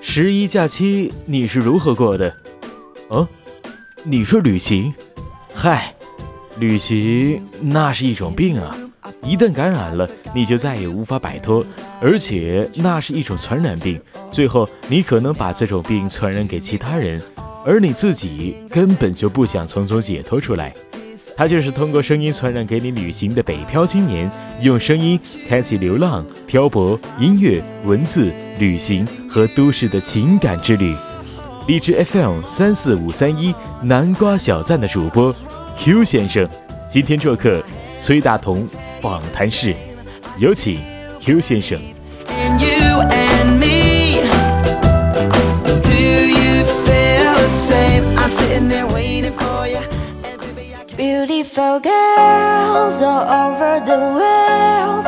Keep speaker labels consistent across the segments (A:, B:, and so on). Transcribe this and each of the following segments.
A: 十一假期你是如何过的？啊，你说旅行？嗨，旅行那是一种病啊，一旦感染了，你就再也无法摆脱，而且那是一种传染病，最后你可能把这种病传染给其他人，而你自己根本就不想从中解脱出来。他就是通过声音传染给你旅行的北漂青年，用声音开启流浪、漂泊、音乐、文字、旅行和都市的情感之旅。荔枝 FM 三四五三一南瓜小站的主播 Q 先生，今天做客崔大同访谈室，有请 Q 先生。
B: And you and me, do you feel the same? I'm sitting there waiting for you. And baby, I can't.
C: Beautiful girls all over the world.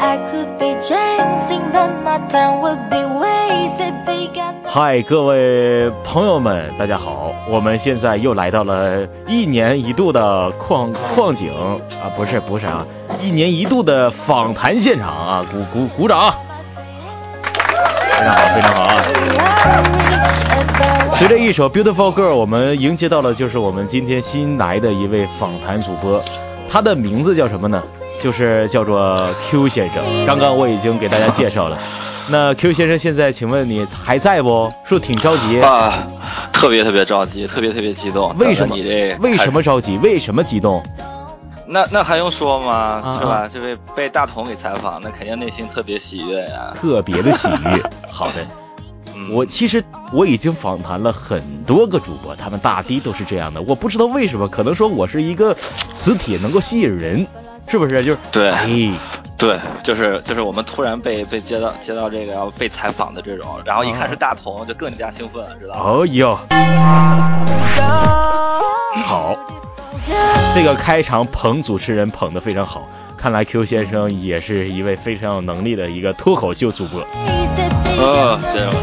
C: I could be chasing, but my time would be wasted. They got
A: 嗨，各位朋友们，大家好！我们现在又来到了一年一度的矿矿井啊，不是不是啊，一年一度的访谈现场啊，鼓鼓鼓掌！非常好，非常好啊！
C: nothing
A: 随着一首《Beautiful Girl》，我们迎接到了就是我们今天新来的一位访谈主播，他的名字叫什么呢？就是叫做 Q 先生。刚刚我已经给大家介绍了。那 Q 先生现在，请问你还在不？是不是挺着急？
D: 啊，特别特别着急，特别特别激动。
A: 为什么？
D: 等着你这
A: 为什么
D: 开始？
A: 着急？为什么激动？
D: 那那还用说吗？
A: 啊
D: 是吧
A: 啊？
D: 这被被大同给采访，那肯定内心特别喜悦呀、
A: 特别的喜悦。 好的，
D: 嗯
A: 我其实我已经访谈了很多个主播，他们大抵都是这样的。我不知道为什么，可能说我是一个磁铁，能够吸引人，是不是？就是
D: 对
A: 哎，
D: 对，就是就是我们突然被被接到接到这个要被采访的这种，然后
A: 啊
D: 一看是大同，就更加兴奋，知道吗？
A: 哦哟，
C: Oh,
A: 好，这个开场捧主持人捧得非常好，看来 Q 先生也是一位非常有能力的一个脱口秀主播。
D: 嗯，这种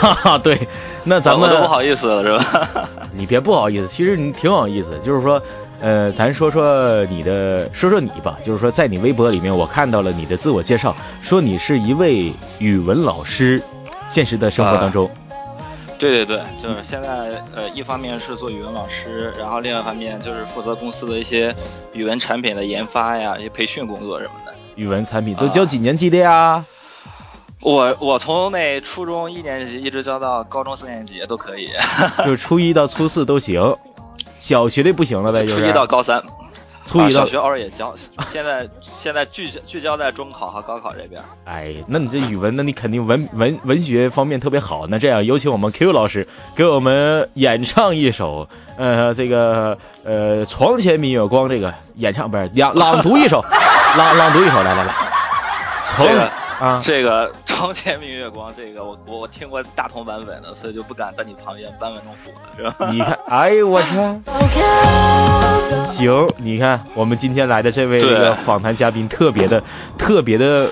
A: 哈哈，对，那咱们
D: 我都不好意思了，是吧？
A: 你别不好意思，其实你挺好意思，就是说，呃，咱说说你的，说说你吧，就是说，在你微博里面，我看到了你的自我介绍，说你是一位语文老师，现实的生活当中，
D: 啊对对对，就是现在呃，一方面是做语文老师，然后另外一方面就是负责公司的一些语文产品的研发呀，一些培训工作什么的。
A: 语文产
D: 啊
A: 品都教几年级的 呀？
D: 我我从那初中一年级一直教到高中四年级都可以，
A: 就是初一到初四都行，小学的不行了呗，就是
D: 初一到高三，
A: 初
D: 啊
A: 一到
D: 小学偶尔也教，现在现在聚焦聚焦在中考和高考这边。
A: 哎，那你这语文，那你肯定文文文学方面特别好。那这样，有请我们 Q 老师给我们演唱一首，呃，这个呃，床前明月光，这个演唱不是朗朗读一 首，朗朗读一首，来来来，从、
D: 这个
A: 啊，
D: 这个床前明月光，这个我我我听过大同版本的，所以就不敢在你旁边班门弄斧了，是吧？
A: 你 看，哎呦我天，行，你看我们今天来的这位这
D: 对
A: 个访谈嘉宾特别的特别的，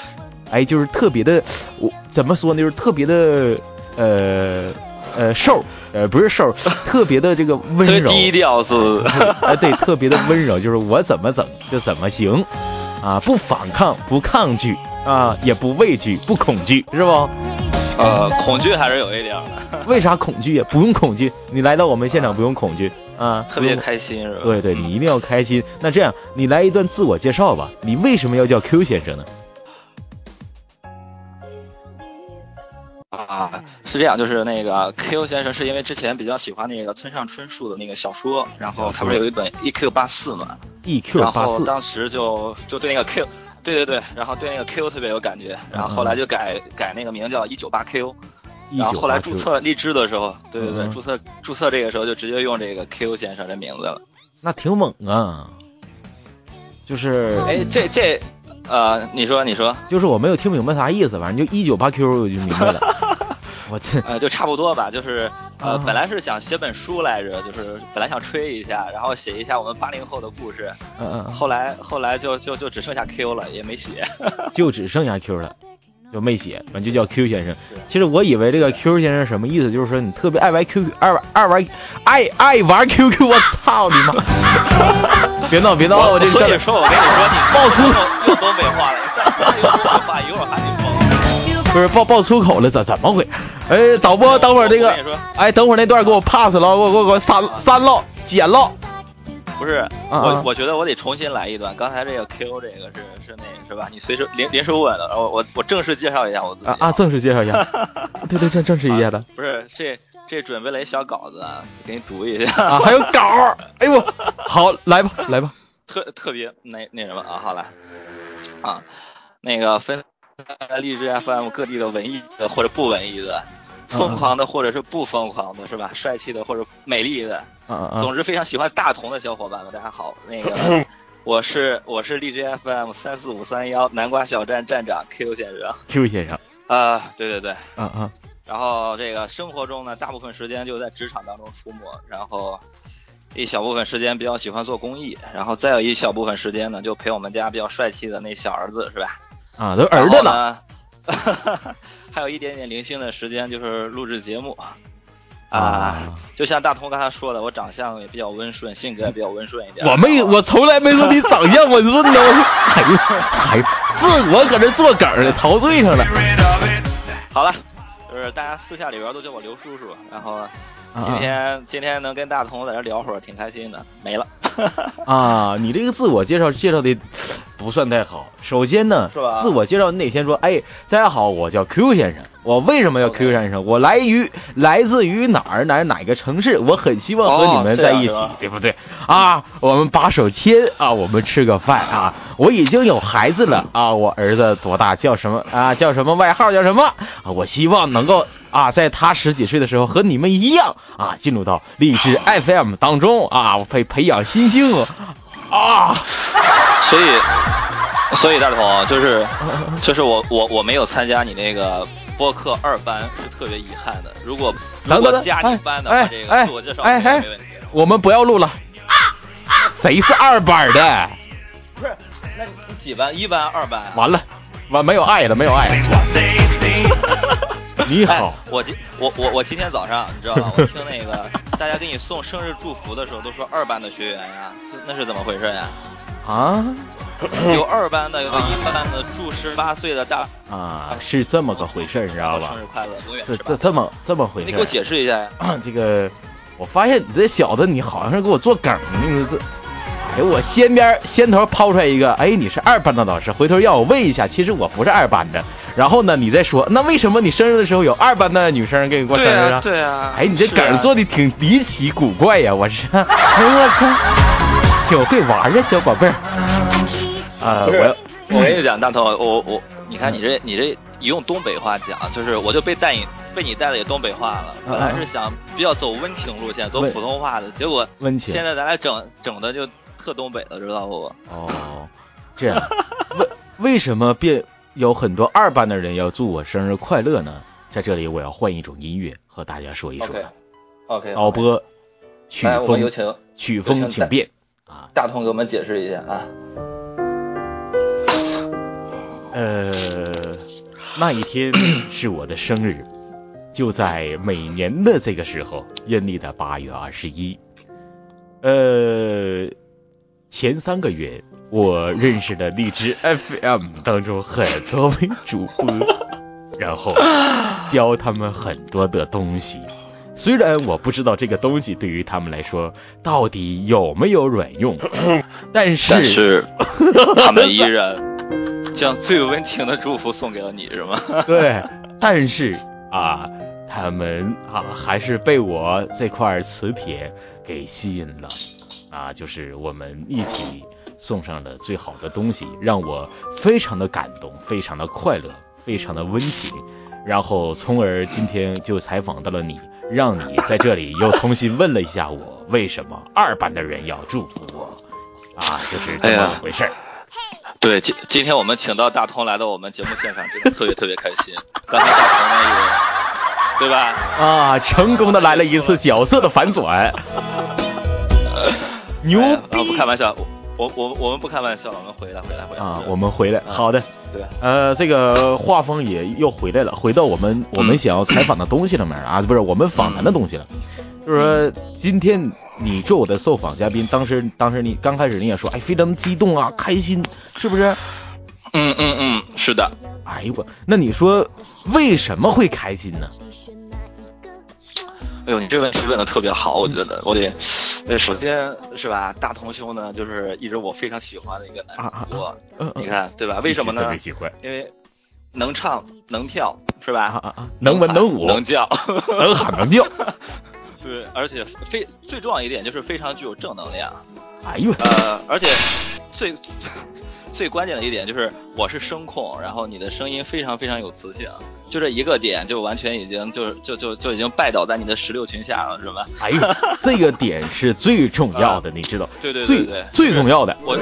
A: 哎，就是特别的，我怎么说呢？就是特别的，呃呃瘦，呃不是 瘦，特别的这个
D: 特别
A: 温柔，
D: 低调是不是？
A: 哎对，特别的温柔，就是我怎么整就怎么行，啊，不反抗，不抗拒，啊，也不畏惧，不恐惧，是不？
D: 呃，恐惧还是有一点的，
A: 为啥恐惧呀？不用恐惧，你来到我们现场不用恐惧啊，
D: 特别
A: 不用
D: 开心是吧？
A: 对对，你一定要开心。那这样，你来一段自我介绍吧。你为什么要叫 Q 先生呢？
D: 啊，是这样，就是那个 Q 先生是因为之前比较喜欢那个村上春树的那个小说，然后他不是有一本 EQ 八四嘛，
A: EQ
D: 然
A: 八
D: 后
A: 四，
D: 当时就就对那个 Q，对对对，然后对那个 Q 特别有感觉，然后后来就改改那个名叫一九八 Q，
A: 嗯一
D: 然后
A: 九
D: 后来
A: 八
D: 注册荔枝的时候，对对
A: 嗯
D: 对，注册注册这个时候就直接用这个 Q 先生的名字了。
A: 那挺猛啊。就是，
D: 哎，这这，呃，你说你说，
A: 就是我没有听明白啥意思，反正就一九八 Q 我就明白了。 我这嗯
D: 呃，就差不多吧，就是呃，
A: 啊
D: 本来是想写本书来着，就是本来想吹一下，然后写一下我们八零后的故事，
A: 嗯嗯嗯，
D: 后来后来就就就只剩下 Q 了，也没写。
A: 就只剩下 Q 了，就没写，反正就叫 Q 先生。其实我以为这个 Q 先生什么意思，就是说你特别爱玩 QQ，爱玩爱玩爱爱玩 QQ，我操你妈！ 别闹别闹，我这
D: 所以说，我跟你说，你
A: 爆粗
D: 又东北话了，你再说又东北话，一会儿喊你疯。
A: 不是爆爆粗口了，怎怎么回事？哎，导播，等会儿那
D: 我
A: 个
D: 跟你说，
A: 哎，等会儿那段给我 pass 了，给我给我给我删删了，剪了。
D: 不是，
A: 啊
D: 我
A: 啊
D: 我觉得我得重新来一段。刚才这个 KO 这个是是那是吧？你随手临临时问的，然后我我正式介绍一下我自己啊
A: 啊啊，正式介绍一 下，对对，正正式一下的
D: 不是这这准备了一小稿子，啊，给你读一下，
A: 啊，还有稿儿，哎呦，好，来吧来吧，
D: 特特别那那什么啊，好了啊，那个分散励志 FM 各地的文艺的或者不文艺的，疯狂的或者是不疯狂的，是吧？帅气的或者美丽的，
A: 啊啊
D: 总之非常喜欢大同的小伙伴们，大家好，那个我是我是荔枝 FM 三四五三幺南瓜小站站长 Q 先生
A: ，Q 先生，
D: 啊、对对对，
A: 啊啊，
D: 然后这个生活中呢，大部分时间就在职场当中出没，然后一小部分时间比较喜欢做公益，然后再有一小部分时间呢，就陪我们家比较帅气的那小儿子是吧？
A: 啊，都儿子了，
D: 了。 还有一点点零星的时间就是录制节目，啊，
A: 啊
D: 就像大同刚才说的，我长相也比较温顺，性格也比较温顺一点。
A: 我没，我从来没说你长相温顺的，我说，哎呦，哎呦，自我搁这做梗儿呢，陶醉上了，
D: 好了，就是大家私下里边都叫我刘叔叔，然后
A: 啊
D: 今天、今天能跟大同在这聊会儿，挺开心的。没了，
A: 啊，你这个自我介绍介绍的不算太好。首先呢，
D: 是吧
A: 自我介绍你得先说，哎，大家好，我叫 Q 先生，我为什么叫
D: OK
A: Q 先生？我来于来自于哪儿哪儿哪个城市？我很希望和
D: 哦
A: 你们在一
D: 这
A: 起，
D: 样是吧
A: 对不对？啊，我们把手牵啊，我们吃个饭啊，我已经有孩子了啊，我儿子多大？叫什么啊？叫什么外号？叫什么？啊，我希望能够啊，在他十几岁的时候和你们一样啊，进入到励志 FM 当中啊，培培养新星哦啊。
D: 所以 所以大同就是就是我我我没有参加你那个播客二班是特别遗憾的。如果如
A: 等
D: 果
A: 等，
D: 加你班的话，
A: 哎
D: 这
A: 哎
D: 个自我介绍
A: 哎
D: 肯定
A: 哎
D: 没问题。，
A: 我们不要录了。谁是二班的？
D: 不是，那你几班？一班、二班、啊？
A: 完了，完没有爱了，没有爱 了。你好
D: 哎，我今我我我今天早上你知道吧？我听那 个大家给你送生日祝福的时候，都说二班的学员呀、是那是怎么回事 呀、
A: 啊
D: 有二班的，有个一班的，祝十八岁的大
A: 啊，是这么个回事儿，你知道吧
D: 生日？快乐，永远
A: 这
D: 是
A: 这这么这么回事儿。
D: 你给我解释一下呀。
A: 这个，我发现你这小子，你好像是给我做梗儿呢。你这，哎，我先边儿先头抛出来一个，哎，你是二班的老师，回头让我问一下，其实我不是二班的。然后呢，你再说，那为什么你生日的时候有二班的女生给你过生日啊？
D: 对啊
A: 哎，你这梗儿做的挺离奇古怪呀、我是， 哎我操，挺会玩儿啊，小宝贝儿。啊、
D: 不是
A: 我要，
D: 我跟你讲，大头，我我你看你这你这一用东北话讲，就是我就被带引被你带的也东北话了。
A: 嗯
D: 本来是想比较走温情路线，走
A: 温
D: 普通话的，结果
A: 温情
D: 现在咱俩整整的就特东北了，知道不？
A: 哦，这 样，为为什么变有很多二班的人要祝我生日快乐呢？在这里，我要换一种音乐和大家说一说。
D: OK，
A: 导播，曲
D: 来我们有
A: 风
D: 请，
A: 曲
D: 有
A: 风
D: 请
A: 请
D: 大
A: 变啊。
D: 大同给我们解释一下啊。
A: 呃，那一 天是我的生日，就在每年的这个时候，阴历的八月二十一。呃，前三个月，我认识了荔枝 FM 当中很多位主播，然后教他们很多的东西。虽然我不知道这个东西对于他们来说到底有没有卵 用，但是
D: 但是他们依然将最温情的祝福送给了你，是吗？
A: 对，但是啊，他们啊还是被我这块磁铁给吸引了，啊，就是我们一起送上了最好的东西，让我非常的感动，非常的快乐，非常的温情，然后从而今天就采访到了你，让你在这里又重新问了一下我为什么二班的人要祝福我，啊，就是这
D: 哎
A: 么
D: 呀
A: 一回事儿。
D: 对，今今天我们请到大同来到我们节目现场，真的特别特别开心。 刚才大同呢也，对吧？
A: 啊，成功的来了一次角色的反转， 牛
D: 哎呀啊不
A: 逼
D: 开玩笑，我我我们不开玩笑了，我们回来回来回来
A: 啊！
D: 对
A: 我们回来，
D: 啊
A: 好的，
D: 对
A: 呃，这个画风也又回来了，回到我
D: 嗯
A: 们我们想要采访的东西上面啊，不是我们访谈的东西了，
D: 嗯
A: 就是说今天你做我的受访嘉宾，当时当时你刚开始你也说，哎，非常激动啊，开心，是不是？
D: 嗯嗯嗯，是的，
A: 哎呦我，那你说为什么会开心呢？
D: 哎呦，你这问题问的特别好，我觉得我得，呃，首先是吧，大同兄呢，就是一直我非常喜欢的一个男主播，
A: 嗯嗯，
D: 你看对吧？为什么
A: 特
D: 呢
A: 别？喜欢
D: 因为能唱能跳是吧？
A: 啊啊啊！能文
D: 喊
A: 能武，
D: 能叫，
A: 能喊能 叫。
D: 对，而且非最重要一点就是非常具有正能量，
A: 哎呦，
D: 呃，而且最 最关键的一点就是我是声控，然后你的声音非常非常有磁性，就这一个点就完全已经就就就就已经拜倒在你的石榴裙下了，是吧？
A: 哎呦，这个点是最重要的，你知道？
D: 啊对对对
A: 最
D: 对，
A: 最重要的，
D: 我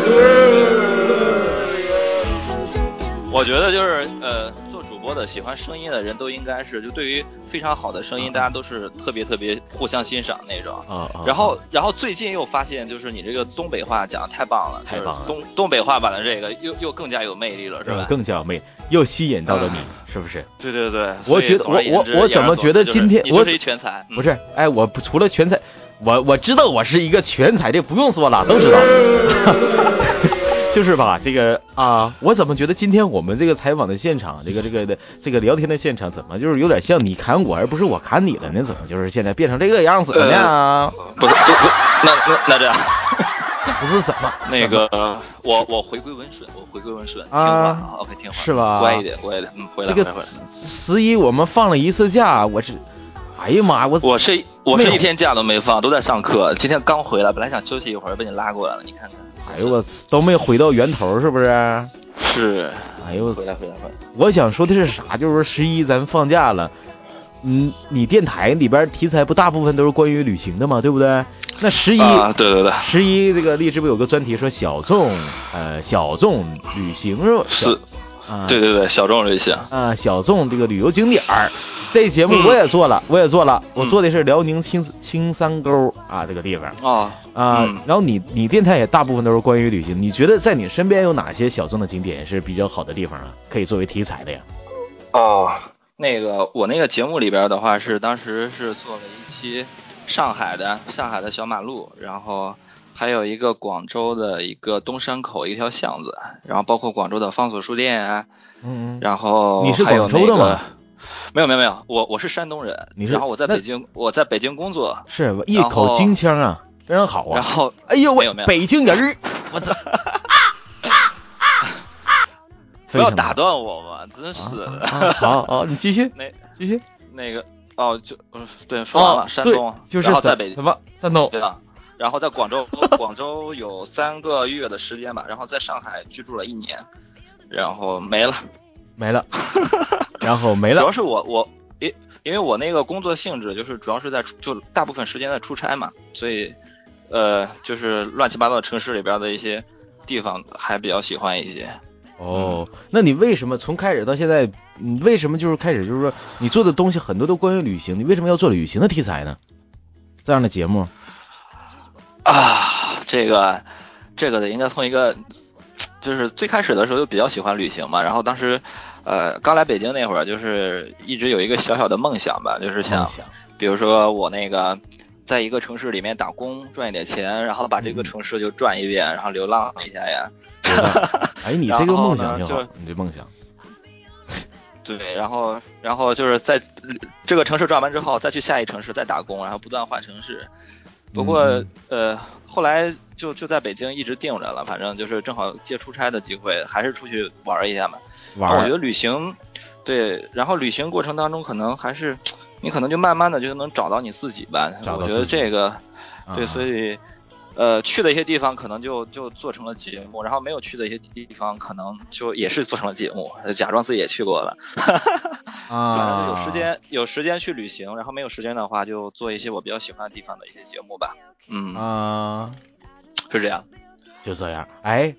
D: 我觉得就是呃，做主播的喜欢声音的人都应该是，就对于非常好的声音，大家都是特别特别互相欣赏那种。
A: 啊啊！
D: 然后，然后最近又发现，就是你这个东北话讲的太棒了，
A: 太棒了
D: 就是东东北话版的这个又又更加有魅力了，是
A: 呃
D: 吧？
A: 更加有魅力，又吸引到了你
D: 啊，
A: 是不是？
D: 对对对，
A: 我觉得
D: 所以
A: 我
D: 总而言之
A: 我我怎么觉得今天
D: 言而
A: 我
D: 总之就是你就是一全才，嗯
A: 不是，哎，我不除了全才，我我知道我是一个全才，这不用说了，都知道。 就是吧，这个啊，我怎么觉得今天我们这个采访的现场，这个这个的这个聊天的现场，怎么就是有点像你砍我，而不是我砍你了呢？怎么就是现在变成这个样子了呢？
D: 嗯不是不不那那那 这样，
A: 不是怎么
D: 那个我我回归温顺，我回归温顺，听话
A: 啊
D: ，OK，听话，
A: 是吧
D: 乖一点，乖一点，嗯，回来
A: 这
D: 回
A: 个
D: 来回来。
A: 十一我们放了一次假，我是，哎呀妈呀，我
D: 我是我
A: 没
D: 是
A: 有
D: 一天假都没放，都在上课。今天刚回来，本来想休息一会儿，被你拉过来了。你看看，
A: 哎呦我都没回到源头，是不是？哎
D: 是，
A: 呦我
D: 回来回来回来。
A: 我想说的是啥？就是说十一咱放假了，嗯，你电台里边题材不大部分都是关于旅行的嘛，对不对？那十一、
D: 啊，对对对，
A: 十一这个荔枝不有个专题说小众，呃，小众旅行是吧？
D: 是，
A: 啊，
D: 对对对，小众类型。
A: 啊，小众这个旅游景点儿，这节
D: 嗯
A: 目我也做了，我也做了，我做的是辽宁青青山沟啊这个地方。
D: 哦，
A: 啊、
D: 嗯
A: 然后你你电台也大部分都是关于旅行，你觉得在你身边有哪些小众的景点是比较好的地方啊？可以作为题材的呀？
D: 哦，那个我那个节目里边的话是当时是做了一期上海的上海的小马路，然后还有一个广州的一个东山口一条巷子，然后包括广州的方所书店啊，
A: 嗯嗯。
D: 然后
A: 你是
D: 还有
A: 广州的
D: 那个
A: 吗？
D: 没有没有没有，我我是山东人，
A: 你是
D: 然后我在
A: 那
D: 北京，我在北京工作，
A: 是一
D: 然
A: 口
D: 后
A: 京腔啊，非常好
D: 然
A: 啊。
D: 后
A: 哎呦
D: 没
A: 喂
D: 有没，有
A: 北京人儿，我 操！
D: 不要打断我嘛，
A: 非
D: 真
A: 常
D: 是
A: 棒
D: 的。
A: 啊啊好好，你继 续
D: 那
A: 继续。
D: 那个哦，就呃对，说完了，
A: 哦
D: 山
A: 对
D: 东，
A: 就是
D: 然后
A: 山
D: 在北
A: 什么山东
D: 对啊，然后在 广州，广州有三个月的时间吧，然后在上海居住了一年，然后没了，
A: 没 了，然后没
D: 主
A: 了
D: 要是我我因因为我那个工作性质就是主要是在出就大部分时间在出差嘛，所以呃就是乱七八糟的城市里边的一些地方还比较喜欢一些。
A: 哦。那你为什么从开始到现在，你为什么就是开始就是说你做的东西很多都关于旅行，你为什么要做旅行的题材呢？这样的节目
D: 啊，这个这个得应该从一个，就是最开始的时候就比较喜欢旅行嘛，然后当时，呃，刚来北京那会儿，就是一直有一个小小的梦想吧，就是想
A: 梦，想
D: 比如说我那个。在一个城市里面打工赚一点钱，然后把这
A: 嗯
D: 个城市就转一遍，然后流浪一下呀。
A: 觉得哎，你这个
D: 然后
A: 梦
D: 呢
A: 想挺
D: 就哦
A: 好
D: 是，
A: 你这梦想
D: 对，然后然后就是在这个城市转完之后，再去下一城市再打工，然后不断换城市。不过、
A: 嗯
D: 呃，后来就就在北京一直定着了，反正就是正好借出差的机会，还是出去玩儿一下嘛。
A: 玩
D: 哦我觉
A: 儿
D: 得旅行，对，然后旅行过程当中可能还是你可能就慢慢的就能找到你自己吧。
A: 找到
D: 我觉得
A: 自己
D: 这个
A: 啊
D: 对，所以呃，去的一些地方可能就就做成了节目，然后没有去的一些地方可能就也是做成了节目，假装自己也去过了。 反正
A: 啊，
D: 有时间有时间去旅行，然后没有时间的话就做一些我比较喜欢的地方的一些节目吧。嗯，
A: 啊，
D: 是这样。
A: 就这样。哎，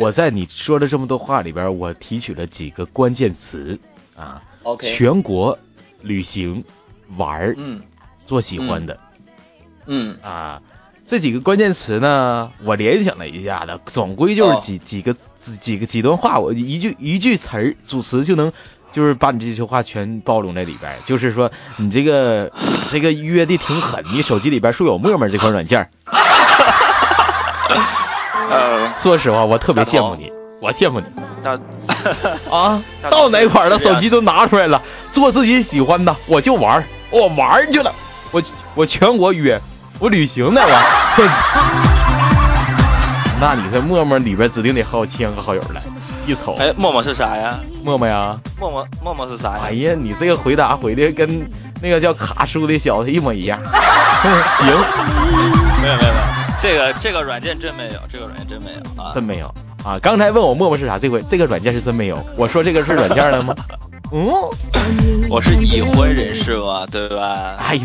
A: 我在你说的这么多话里边，我提取了几个关键词啊
D: OK
A: 全国旅行、玩儿、
D: 嗯
A: 做喜欢的、
D: 嗯
A: 啊，这几个关键词呢，我联想了一下的，总归就是几、几个几几个几段话，我一句一句词儿组词就能。就是把你这句话全包拢在里边儿，就是说你这个你这个约的挺狠，你手机里边是有陌陌这款软件儿，
D: 呃，
A: 说实话我特别羡慕你
D: 大，
A: 我羡慕你。
D: 那
A: 啊，
D: 大
A: 到
D: 多数
A: 哪块儿了，
D: 是这
A: 手
D: 样
A: 机都拿出来了，做自己喜欢的，我就玩儿，我玩儿去了。我我全国约，我旅行呢我。我操！ 那你在陌陌里边指定得好几千个好友了，一瞅，
D: 哎，陌陌是啥呀？
A: 陌陌呀，
D: 陌陌陌陌是啥呀？
A: 哎呀，你这个回答回的跟那个叫卡叔的小子一模一样。 行，
D: 没有没有没有，这个这个软件真没有，这个软件真没有啊，
A: 真没有啊！刚才问我陌陌是啥，这回这个软件是真没有。我说这个是软件 了吗？嗯，
D: 我是已婚人士嘛，对吧？
A: 哎呦，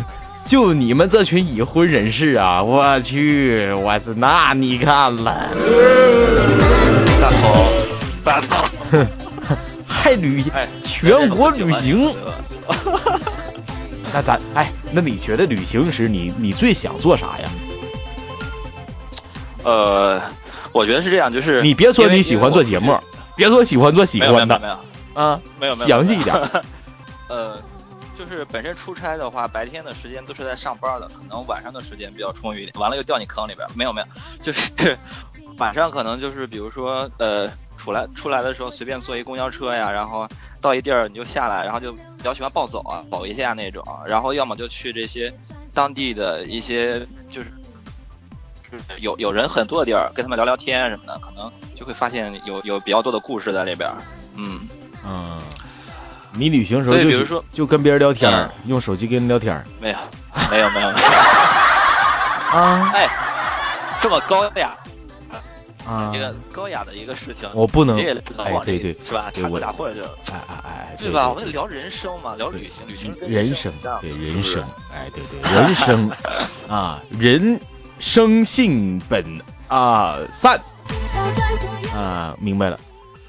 A: 就你们这群已婚人士啊！我去，我是那你看了，
D: 大头，大 头，
A: 还旅
D: 哎，
A: 全国旅行。
D: 对吧
A: 那咱哎，那你觉得旅行时你你最想做啥呀？
D: 呃，我觉得是这样，就是
A: 你别说
D: 因为
A: 你喜欢做节目，别说喜欢做喜
D: 因为我
A: 欢
D: 没有没有没有
A: 的
D: 没有
A: 啊，
D: 没有没有
A: 详细一点。。
D: 呃，就是本身出差的话，白天的时间都是在上班的，可能晚上的时间比较充裕一点。完了又掉你坑里边儿，没有没有，就是 晚上可能就是比如说呃，出来出来的时候随便坐一公交车呀，然后到一地儿你就下来，然后就比较喜欢暴走啊，走一下那种。然后要么就去这些当地的一些就是。就是有有人很多的地儿，跟他们聊聊天什么的，可能就会发现有有比较多的故事在里边儿。嗯，
A: 嗯，你旅行时候
D: 所以
A: 就
D: 比如
A: 是
D: 说
A: 就跟别人聊天儿，
D: 嗯
A: 用手机跟人聊天儿
D: 没有， 没有，没有，没有。
A: 啊
D: 哎，这么高雅，
A: 啊
D: 一！个高雅的一个事情，
A: 我不能
D: 这也老
A: 哎
D: 往这
A: 对
D: 里
A: 对
D: 是吧？
A: 对
D: 插科
A: 我
D: 打诨就，
A: 哎哎哎，
D: 对吧？我们聊人生嘛，聊旅行，旅行是跟
A: 人
D: 生
A: 生
D: 很像的，
A: 对
D: 是
A: 人
D: 不是
A: 生，哎对对人生啊人生性本啊善啊明白了，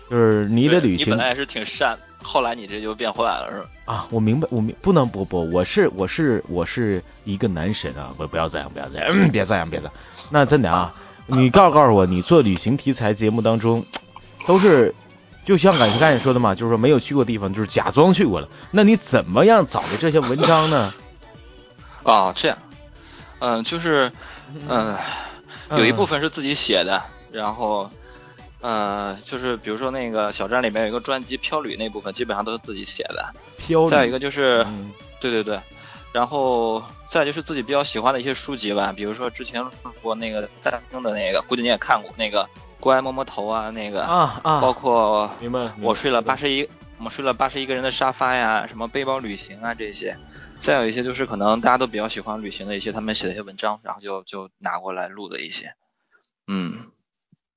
A: 就是你
D: 对
A: 的旅
D: 你本
A: 行
D: 来是挺善，后来你这就变坏了，是吧？
A: 啊，我明白，我明不能不不，我是我是我是一个男神啊，不不要这样，不要这样，嗯别这样，别这样。那真的啊，你告诉告诉我，你做旅行题材节目当中，都是就像刚才刚才说的嘛，就是说没有去过地方，就是假装去过了。那你怎么样找的这些文章 呢？
D: 哦，这样，嗯、就是，嗯、有一部分是自己写的，然后，呃，就是比如说那个小站里面有一个专辑《飘旅》那部分，基本上都是自己写的。
A: 飘零
D: 再有一个就是，
A: 嗯
D: 对对对，然后再就是自己比较喜欢的一些书籍吧，比如说之前录过那个戴峰的那个，估计你也看过那个《关爱摸摸头》啊，那个，
A: 啊啊，
D: 包括
A: 明白了，明白
D: 我睡了八十一，我们睡了八十一个人的沙发呀，什么背包旅行啊这些，再有一些就是可能大家都比较喜欢旅行的一些他们写的一些文章，然后就就拿过来录的一些，嗯，